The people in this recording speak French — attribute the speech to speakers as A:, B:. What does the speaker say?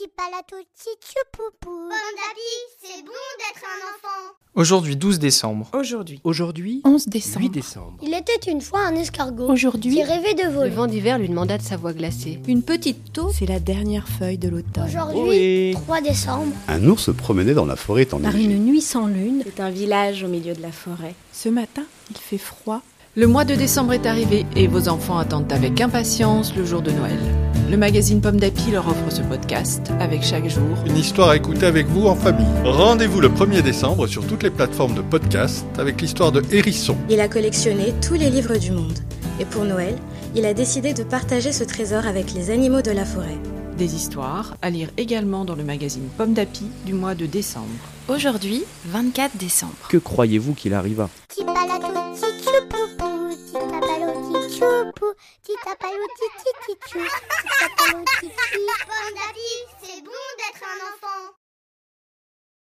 A: l'équipe Palato Poupou.
B: c'est bon d'être un enfant.
C: Aujourd'hui 12 décembre.
D: Aujourd'hui,
E: Aujourd'hui,
F: 11 décembre.
E: 8 décembre.
A: Il était une fois un escargot
F: Aujourd'hui,
A: qui rêvait de
G: Le
A: voler.
G: vent d'hiver lui demanda de sa voix glacée.
F: une petite taupe.
D: c'est la dernière feuille de l'automne.
A: Aujourd'hui,
E: Oui.
A: 3 décembre,
H: Un ours se promenait dans la forêt en
F: Par une nuit sans lune,
I: C'est un village au milieu de la forêt.
D: Ce matin, il fait froid.
J: Le mois de décembre est arrivé et vos enfants attendent avec impatience le jour de Noël. Le magazine Pomme d'Api leur offre ce podcast avec chaque jour
K: Une histoire à écouter avec vous en famille. Rendez-vous le 1er décembre sur toutes les plateformes de podcast avec l'histoire de Hérisson.
I: Il a collectionné tous les livres du monde. Et pour Noël, il a décidé de partager ce trésor avec les animaux de la forêt.
J: des histoires à lire également dans le magazine Pomme d'Api du mois de décembre.
G: Aujourd'hui, 24 décembre.
E: Que croyez-vous qu'il arriva
A: petit Palato Poupou. Petit Apalo Tchitchoupou. Petit Apalo Tchitchou. Petit Apalo Tchitchou.
B: Pomme d'api, c'est